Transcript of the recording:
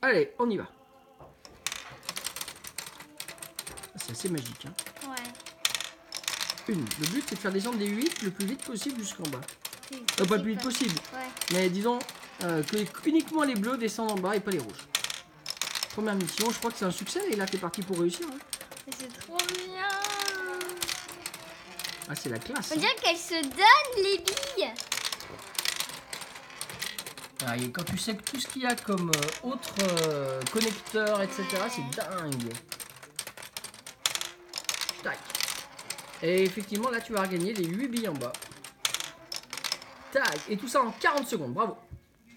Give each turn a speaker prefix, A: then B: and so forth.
A: Allez, on y va. Ah, C'est assez magique. Hein.
B: Ouais.
A: Une. Le but, c'est de faire descendre les 8 le plus vite possible jusqu'en bas.
B: c'est
A: Euh, pas le
B: possible.
A: plus vite possible,
B: Ouais.
A: mais disons euh, que uniquement les bleus descendent en bas et pas les rouges. Première mission, je crois que c'est un succès. Et là, t'es parti pour réussir. hein.
B: Mais C'est trop bien.
A: Ah, c'est la classe.
B: On
A: hein.
B: dirait qu'elles se donnent les billes.
A: Ah, et quand tu sais que tout ce qu'il y a comme euh, autres euh, connecteurs, etc., c'est dingue. Tac. Et effectivement, là, tu vas gagner les 8 billes en bas. Tac. Et tout ça en 40 secondes. Bravo.